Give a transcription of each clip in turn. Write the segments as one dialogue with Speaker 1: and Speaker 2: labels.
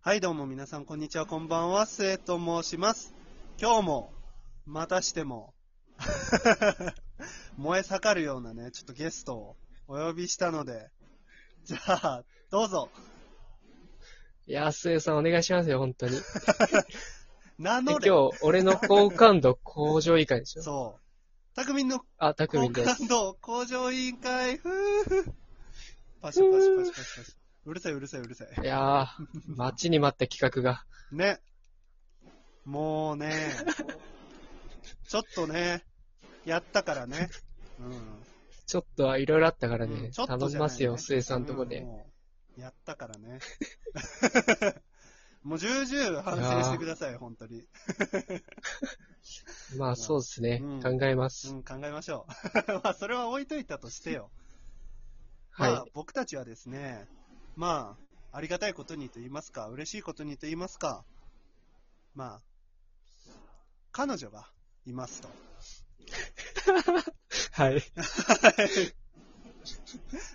Speaker 1: はい、どうも皆さん、こんにちは、こんばんは、せいと申します。今日も、またしても、 燃え盛るようなね、ちょっとゲストをお呼びしたので、じゃあ、どうぞ、
Speaker 2: いや、すえさんお願いしますよ、本当に。で
Speaker 1: 名乗
Speaker 2: 今
Speaker 1: れ。
Speaker 2: 日、俺の好感度向上以下でしょ
Speaker 1: そう。たくみんの
Speaker 2: あ、たくみ
Speaker 1: 好
Speaker 2: んで
Speaker 1: 感
Speaker 2: す。
Speaker 1: 度向上委員会、ふーふーパシャパシャパシャパシャパシャ。うるさいうるさいうるさい。
Speaker 2: いやー、待ちに待った企画が。
Speaker 1: ね。も うね、ちょっとね、やったからね。う
Speaker 2: ちょっとはいろいろあったから
Speaker 1: ん。う
Speaker 2: ね
Speaker 1: ん、ちょっとじゃない
Speaker 2: 頼みますよ、すえさんとこ
Speaker 1: う
Speaker 2: で。
Speaker 1: もうやったからね。 もう重々反省してください、本当に。
Speaker 2: まあ、そうですね
Speaker 1: うん、
Speaker 2: 考えま
Speaker 1: う
Speaker 2: す。
Speaker 1: ん、考えましょう。 まあ、それは置いといたとしてよ。まあ
Speaker 2: は、
Speaker 1: 僕たちはですね、まあ、ありがたいことにと言いますか、嬉しいことにと言いますか、まあ、彼女がいますと。
Speaker 2: い。はい。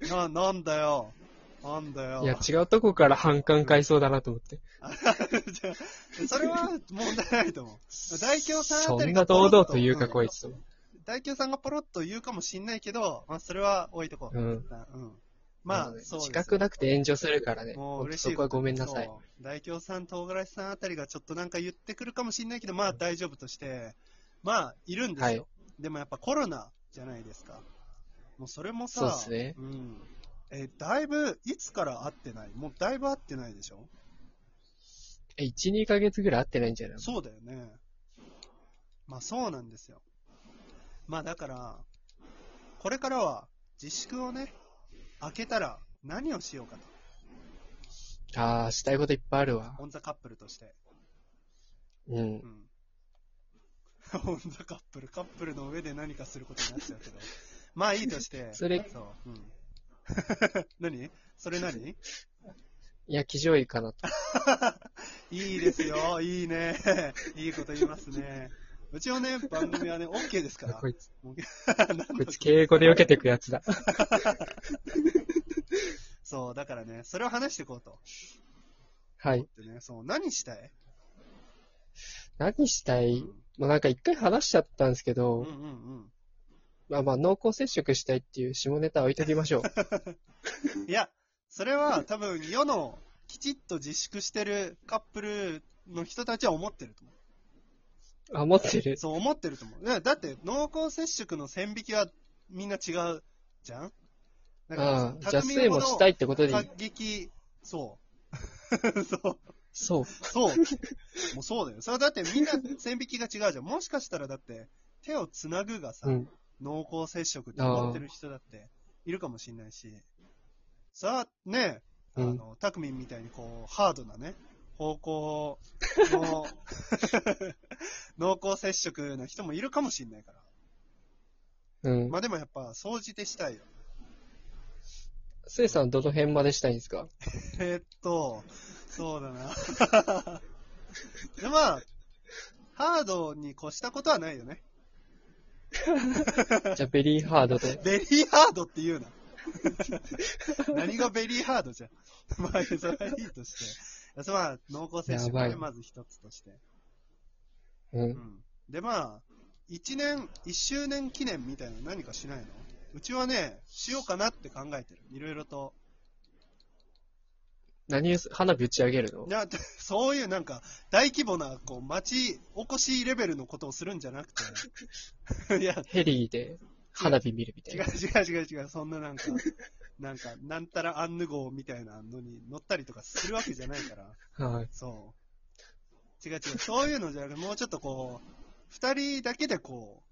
Speaker 1: な、なんだよ。なんだよ。
Speaker 2: いや、違うとこから反感買いそうだなと思って。
Speaker 1: じゃあ それは問題ないと思う。大京さんあ
Speaker 2: そ
Speaker 1: たり
Speaker 2: ん
Speaker 1: が
Speaker 2: な
Speaker 1: ポロ
Speaker 2: 堂
Speaker 1: ッと
Speaker 2: 々と言うか、
Speaker 1: ん
Speaker 2: こいつと。
Speaker 1: 大京さんがポロッと言うかもしんないけど、まあ、それは置いとこう。
Speaker 2: うん。
Speaker 1: うんまあ、そう
Speaker 2: 自覚なくて炎上するからね。
Speaker 1: もう嬉しい
Speaker 2: そこはごめんなさい
Speaker 1: そ。う大京さん、唐辛子さんあたりがちょっとなんか言ってくるかもしんないけど、まあ大丈夫として、まあいるんですよ。
Speaker 2: はい
Speaker 1: でもやっぱコロナじゃないですか。もうそれもさ、
Speaker 2: そうっすね
Speaker 1: うん。え、だいぶ、いつから会ってないもうだいぶ会ってないでしょ
Speaker 2: え、1、2ヶ月ぐらい会ってないんじゃない
Speaker 1: そうだよね。まあそうなんですよ。まあだから、これからは自粛をね、開けたら何をしようかと。
Speaker 2: あー、したいこといっぱいあるわ。
Speaker 1: オンザカップルとして。
Speaker 2: うん
Speaker 1: う。ん。 オンザカップル、カップルの上で何かすることになっちゃうけど。まあいいとして。
Speaker 2: それ
Speaker 1: そう。うん 何それ何
Speaker 2: いや、気乗いいかなと。
Speaker 1: いいですよ。いいね。 いいこと言いますね。うちのね、番組はね、OK ですから
Speaker 2: こ。いつ、
Speaker 1: なんだ
Speaker 2: こいつ敬語で避けてく やつだ。
Speaker 1: そう、だからね、それを話していこうと。
Speaker 2: はい。
Speaker 1: でね、そう、何したい
Speaker 2: 何した
Speaker 1: う
Speaker 2: い
Speaker 1: ん
Speaker 2: まあなんか一回話しちゃったんですけ
Speaker 1: うん
Speaker 2: ど、
Speaker 1: うんうん。
Speaker 2: まあまあ濃厚接触したいっていう下ネタは置いときま しょう。
Speaker 1: いや、それは多分世のきちっと自粛してるカップルの人たちは思ってると思
Speaker 2: あ、持ってる
Speaker 1: う。。そう思ってると思う。ねだって濃厚接触の線引きはみんな違うじゃんだ
Speaker 2: ああ、じゃあ、
Speaker 1: 匠
Speaker 2: せいもしたいってことでいい
Speaker 1: 過激、そう。 そう。
Speaker 2: そう。
Speaker 1: そう。もうそうだよ。それはだってみんな線引きが違うじゃん。もしかしたらだって手をつなぐがさ、
Speaker 2: うん。
Speaker 1: 濃厚接触って思ってる人だっているかもしれないし、さあね、あ
Speaker 2: うん
Speaker 1: の、たくみんみたいにこう、ハードなね、方向 の濃厚接触の人もいるかもしれないから。
Speaker 2: うん
Speaker 1: ま。あでもやっぱ、掃除でしたいよ。
Speaker 2: せいさんどの辺までしたいんです か
Speaker 1: えーっと、そうだ な。で、まあ、ハードに越したことはないよね。
Speaker 2: じゃあ、ベリーハードで。
Speaker 1: ベリーハードって言うな。何がベリーハードじゃん。まあ、それはいいとして。それは、濃厚接触
Speaker 2: やば
Speaker 1: が
Speaker 2: い
Speaker 1: まず一つとして。
Speaker 2: う。
Speaker 1: うんん。で、まあ、一年、一周年記念みたいなの何かしないのうちはね、しようかなって考えてる。いろいろと。
Speaker 2: 何をす、花火打ち上げるの
Speaker 1: いや、そういうなんか、大規模な、こう、町おこしレベルのことをするんじゃなくて。いや、
Speaker 2: ヘリで花火見るみたい
Speaker 1: 違う
Speaker 2: な。
Speaker 1: 違う違う違う、そんななんか、なんか、なんたらアンヌ号みたいなのに乗ったりとかするわけじゃないから、
Speaker 2: はい。
Speaker 1: そう。違う違う、そういうのじゃなくて、もうちょっとこう、二人だけでこ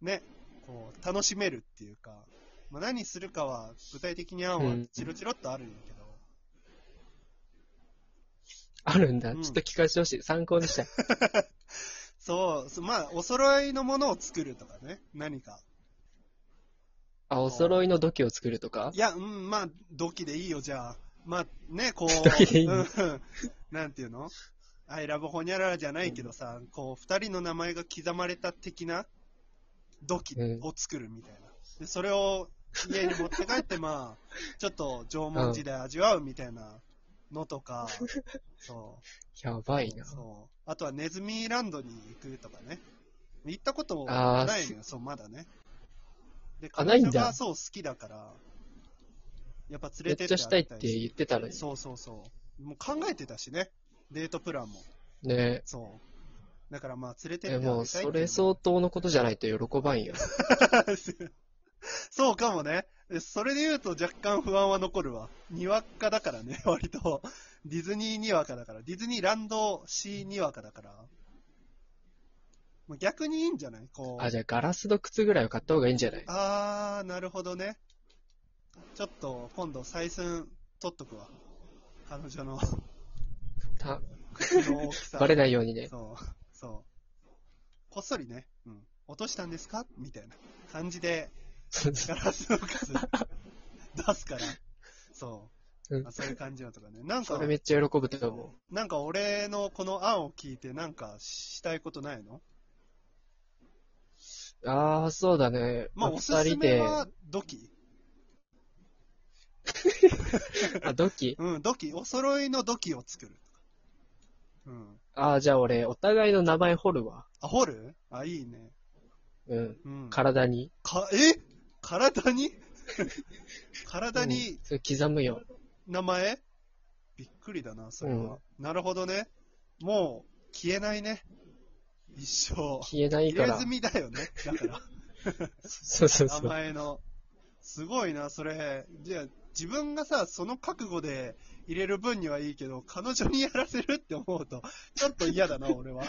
Speaker 1: う、ね、こう、楽しめるっていうか、まあ、何するかは具体的に案は
Speaker 2: うん
Speaker 1: チロチロっとあるんだけど、
Speaker 2: あるんだ。
Speaker 1: う
Speaker 2: ちょ
Speaker 1: ん
Speaker 2: っと聞かせてほしい。参考 にしたい。
Speaker 1: そうそう、まあ、お揃いのものを作るとかね、何か。
Speaker 2: あ、お揃いの土器を作るとか
Speaker 1: いや、うん、まあ、土器でいいよ、じゃあ。まあ、ね、こう、
Speaker 2: 土器でいい
Speaker 1: うん
Speaker 2: の
Speaker 1: うんなんていうのアイラブホニャララじゃないけどさ、こう、二人の名前が刻まれた的な土器を作るみたいな。で、それを家に持って帰って、まあ、ちょっと縄文時代味わうみたいなのと か、そう。
Speaker 2: やばいな。
Speaker 1: そう。あとはネズミランドに行くとかね。行ったこと
Speaker 2: あー
Speaker 1: ないのよ、そう、まだね。で、
Speaker 2: あないんだ
Speaker 1: 彼女がそう、好きだから、やっぱ
Speaker 2: め
Speaker 1: 連れ
Speaker 2: って
Speaker 1: っ
Speaker 2: ち
Speaker 1: て
Speaker 2: ゃしたいっ
Speaker 1: あ
Speaker 2: て
Speaker 1: げし
Speaker 2: 言ってたのに。
Speaker 1: そうそうそう。もう考えてたしね。デートプランも。
Speaker 2: ね
Speaker 1: そう。だからまあ、連れてって
Speaker 2: え。
Speaker 1: あげたい
Speaker 2: もう、それ相当のことじゃないと喜ばんよ。
Speaker 1: そうかもね。でそれで言うと若干不安は残るわ。にわかだからね、 割と。ディズニーにわかだから。ディズニーランドシーにわかだから。もう逆にいいんじゃないこう。
Speaker 2: あ、じゃあガラスの靴ぐらいは買った方がいいんじゃない
Speaker 1: あー、なるほどね。ちょっと今度採寸取っとくわ。彼女 の
Speaker 2: た
Speaker 1: 口の大きさ。
Speaker 2: バレないよ うにね。
Speaker 1: そう、そう。こっそりね、うん。落としたんですかみたいな感じでガラスの数出すから、そう、
Speaker 2: うん
Speaker 1: あそういう感じのとかね、なんか
Speaker 2: それ、めっちゃ喜ぶと思
Speaker 1: なんか俺のこの案を聞いて、なんかしたいことないの
Speaker 2: う。ああ、そうだね。
Speaker 1: まあ、
Speaker 2: 二
Speaker 1: おすす
Speaker 2: 人
Speaker 1: め
Speaker 2: で、
Speaker 1: は土器、
Speaker 2: あ、ドキ
Speaker 1: うん、土器、お揃いの土器を作るとか、うん、
Speaker 2: ああ、じゃあ俺、お互いの名前掘るわ。
Speaker 1: あ、掘るあ、いいね、
Speaker 2: うん。
Speaker 1: うん、か
Speaker 2: 体に。
Speaker 1: え体に 体に
Speaker 2: うんそれ刻むよ。
Speaker 1: 名前びっくりだな、それは、
Speaker 2: うん
Speaker 1: なるほどね、もう消えないね、一生。
Speaker 2: 消えない
Speaker 1: 入
Speaker 2: か
Speaker 1: れ
Speaker 2: ら。
Speaker 1: 墨だよね。だから、
Speaker 2: そう そう
Speaker 1: 名
Speaker 2: そう。
Speaker 1: 前の。すごいな、それ。じゃあ、自分がさ、その覚悟で入れる分にはいいけど、彼女にやらせるって思うと、ちょっと嫌 だな、俺は。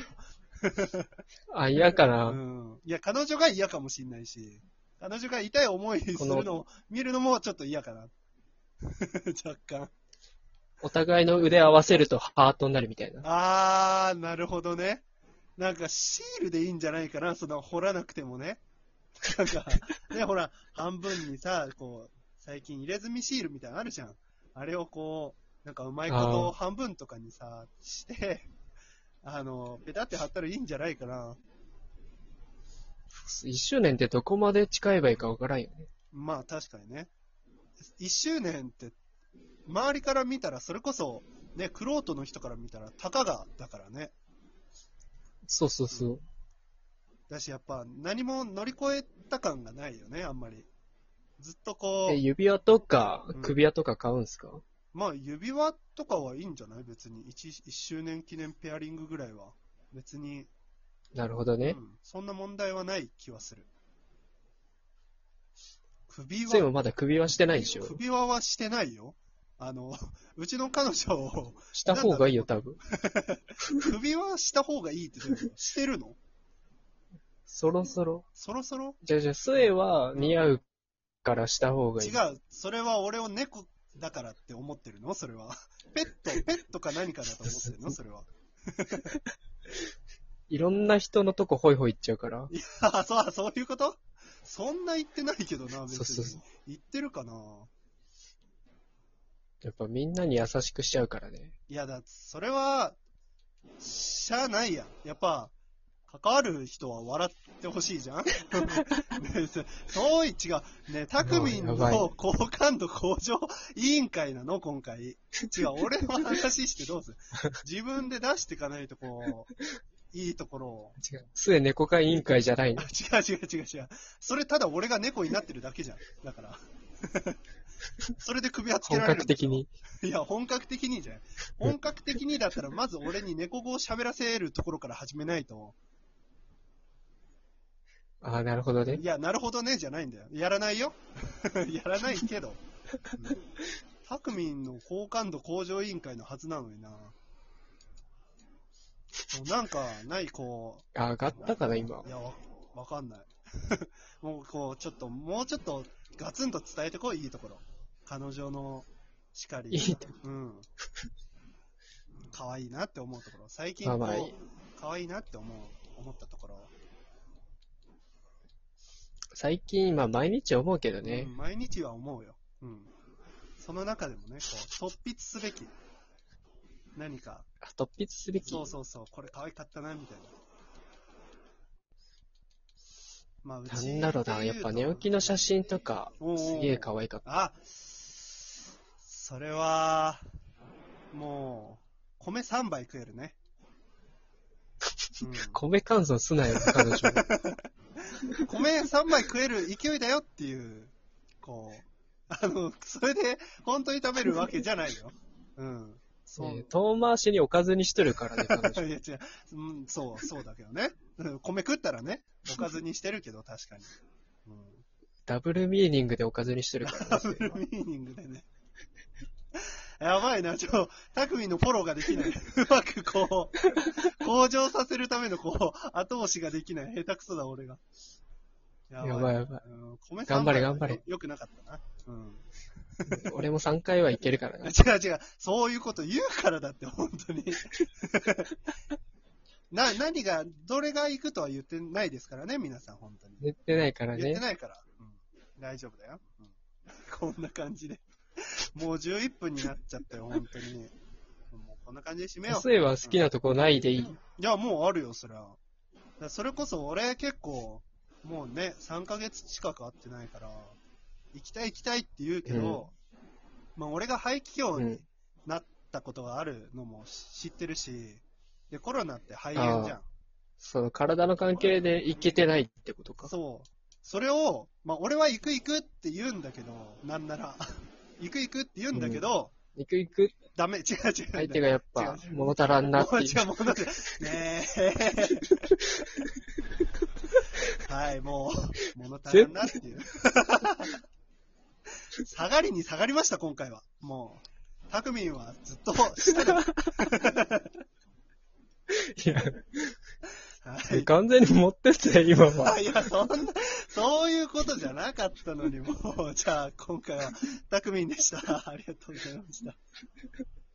Speaker 2: あ、嫌か
Speaker 1: う
Speaker 2: な。
Speaker 1: ん。いや、彼女が嫌かもしんないし、彼女が痛い思いする
Speaker 2: こ
Speaker 1: のを見るのもちょっと嫌かな。 若干。
Speaker 2: お互いの腕合わせるとハートになるみたいな。
Speaker 1: あー、なるほどね。なんか、シールでいいんじゃないかな、その、掘らなくてもね。なんか、 ね、ほら、半分にさ、こう、最近入れ墨シールみたいなのあるじゃん。あれをこう、なんかうまいこと
Speaker 2: あー
Speaker 1: 半分とかにさ、して、あの、ペタって貼ったらいいんじゃないかな。
Speaker 2: 一周年ってどこまで誓えばいいかわからんよね。
Speaker 1: まあ、確かにね。一周年って、周りから見たら、それこそ、ね、クロートの人から見たら、たかがだからね。
Speaker 2: そうそうそう。
Speaker 1: だし、やっぱ何も乗り越えた感がないよね、あんまり。ずっとこ
Speaker 2: え、
Speaker 1: う、
Speaker 2: 指輪とか
Speaker 1: うん
Speaker 2: 首輪とか買うんすか、
Speaker 1: まあ指輪とかはいいんじゃない別に1。1周年記念ペアリングぐらいは。別に、
Speaker 2: なるほど
Speaker 1: う
Speaker 2: ね。
Speaker 1: ん、そんな問題はない気はする。首
Speaker 2: そういえば
Speaker 1: 輪、
Speaker 2: まだ首輪してないでしょ
Speaker 1: 首輪はしてないよ。あの、 うちの彼女を、
Speaker 2: した方がいいよ、多分。
Speaker 1: 首輪した方がいいって 言ってるのしてるの
Speaker 2: そろそろ。
Speaker 1: そろそろ
Speaker 2: じゃあじゃあ、末は似合うからした方がいい。
Speaker 1: 違う、それは俺を猫だからって思ってるのそれは。ペット、ペットか何かだと思ってるのそれは。
Speaker 2: いろんな人のとこホイホイ行っちゃうから。
Speaker 1: いや、そう、そういうことそんな言ってないけどな、別に。
Speaker 2: そうそうそう。
Speaker 1: 言ってるかな
Speaker 2: やっぱみんなに優しくしちゃうからね。
Speaker 1: いやだ、それは、しゃあないやん。やっぱ、関わる人は笑ってほしいじゃん ねそそうい、違う。ね、タクミン
Speaker 2: やばい
Speaker 1: の好感度向上委員会なの今回。違う、俺の話してどうする自分で出していかないと、こう、いいところを。
Speaker 2: 違う。末猫会委員会じゃないの。
Speaker 1: あ違う違う違う違う。それただ俺が猫になってるだけじゃん。だから。 それで首はつけ
Speaker 2: 本
Speaker 1: られる
Speaker 2: 格
Speaker 1: んです
Speaker 2: 的
Speaker 1: よ。
Speaker 2: に。
Speaker 1: いや、本格的にじゃない。本格的にだったら、まず俺に猫語を喋らせるところから始めないと。
Speaker 2: ああ、なるほどね
Speaker 1: い。や、なるほどね、じゃないんだよ。やらないよ。 やらないけど。うんタクミンの好感度向上委員会のはずなのにな。そうなんか、ない、こう、
Speaker 2: あ、上がったかな、今
Speaker 1: い。や、わわかんない。 もう、こう、ちょっと、もうちょっと、ガツンと伝えてこい、いいところ。彼女の、しかり。
Speaker 2: いいと
Speaker 1: うん。可愛いなって思うところ。最近、
Speaker 2: ま
Speaker 1: こ
Speaker 2: あ
Speaker 1: う
Speaker 2: まあ
Speaker 1: 可愛いなって思う、思ったところ。
Speaker 2: 最近、まあ毎日思うけどね
Speaker 1: う。ん毎日は思うよ。うん。その中でもね、こう、突筆すべき。何か、
Speaker 2: あ突筆すべき。
Speaker 1: そうそうそう、これ可愛かったな、みたいな。まあ、う
Speaker 2: なんだろうな、やっぱ寝起きの写真とか、すげえ可愛かった。
Speaker 1: あ、それは、米3杯食えるね。う
Speaker 2: 米換算すなよ、彼女。
Speaker 1: ん、米3杯食える勢いだよっていう、こう、あの、それで本当に食べるわけじゃないよ。うん。 そう。
Speaker 2: ね
Speaker 1: い
Speaker 2: え遠回しにおかずにしとるからね、彼
Speaker 1: や
Speaker 2: 女。
Speaker 1: 違う、うん、そう、そうだけどね。うん米食ったらね、おかずにしてるけど、確かに。うん
Speaker 2: ダブルミーニングでおかずにしとるからね
Speaker 1: ダ
Speaker 2: そ
Speaker 1: ブ
Speaker 2: れ
Speaker 1: ル
Speaker 2: は。
Speaker 1: ミーニングでね。やばいな、ちょ、たくみんのフォローができない。うまくこう、向上させるためのこう、後押しができない。下手くそだ、俺が。や
Speaker 2: やばいやばい。
Speaker 1: うん米
Speaker 2: 頑張れ
Speaker 1: 三杯は
Speaker 2: 頑張れ
Speaker 1: よよくなかったな。うん。
Speaker 2: 俺も3回はいけるからな。
Speaker 1: 違う違う。そういうこと言うからだって、本当に。 な、何が、どれが行くとは言ってないですからね、皆さん、本当に。
Speaker 2: 言ってないから
Speaker 1: 言って
Speaker 2: ね。
Speaker 1: ないから。うん、大丈夫だよ、うんこん な感じで。もう11分になっちゃったよ、本当に。もうこんな感じで締めよう。
Speaker 2: そういえば好きなとこないでいい。
Speaker 1: いや、もうあるよ、そりゃ。だからそれこそ俺結構、もうね、3ヶ月近く会ってないから、行きたい行きたいって言うけど、まあ俺が廃棄業になったことがあるのも知ってるし、で、コロナって肺炎じゃん。
Speaker 2: その体の関係でいけてないってことか。
Speaker 1: そう。それを、まあ、俺は行く行くって言うんだけど、なんなら。 行く行くって言うんだけど、
Speaker 2: 行く行く。
Speaker 1: ダメ、違う違う。
Speaker 2: 相手がやっぱ
Speaker 1: 違
Speaker 2: 物足らんなって
Speaker 1: もう
Speaker 2: い
Speaker 1: 違う、もうなんかねえ。はい、もう、物足らんなっていう。下がりに下がりました、今回は。もう、たくみんはずっと下だ。は
Speaker 2: う。いや、
Speaker 1: い。
Speaker 2: 完全に持ってったよ、今は。
Speaker 1: あいや、そんな、そういうことじゃなかったのに、もう、じゃあ、今回は、たくみんでした。ありがとうございました。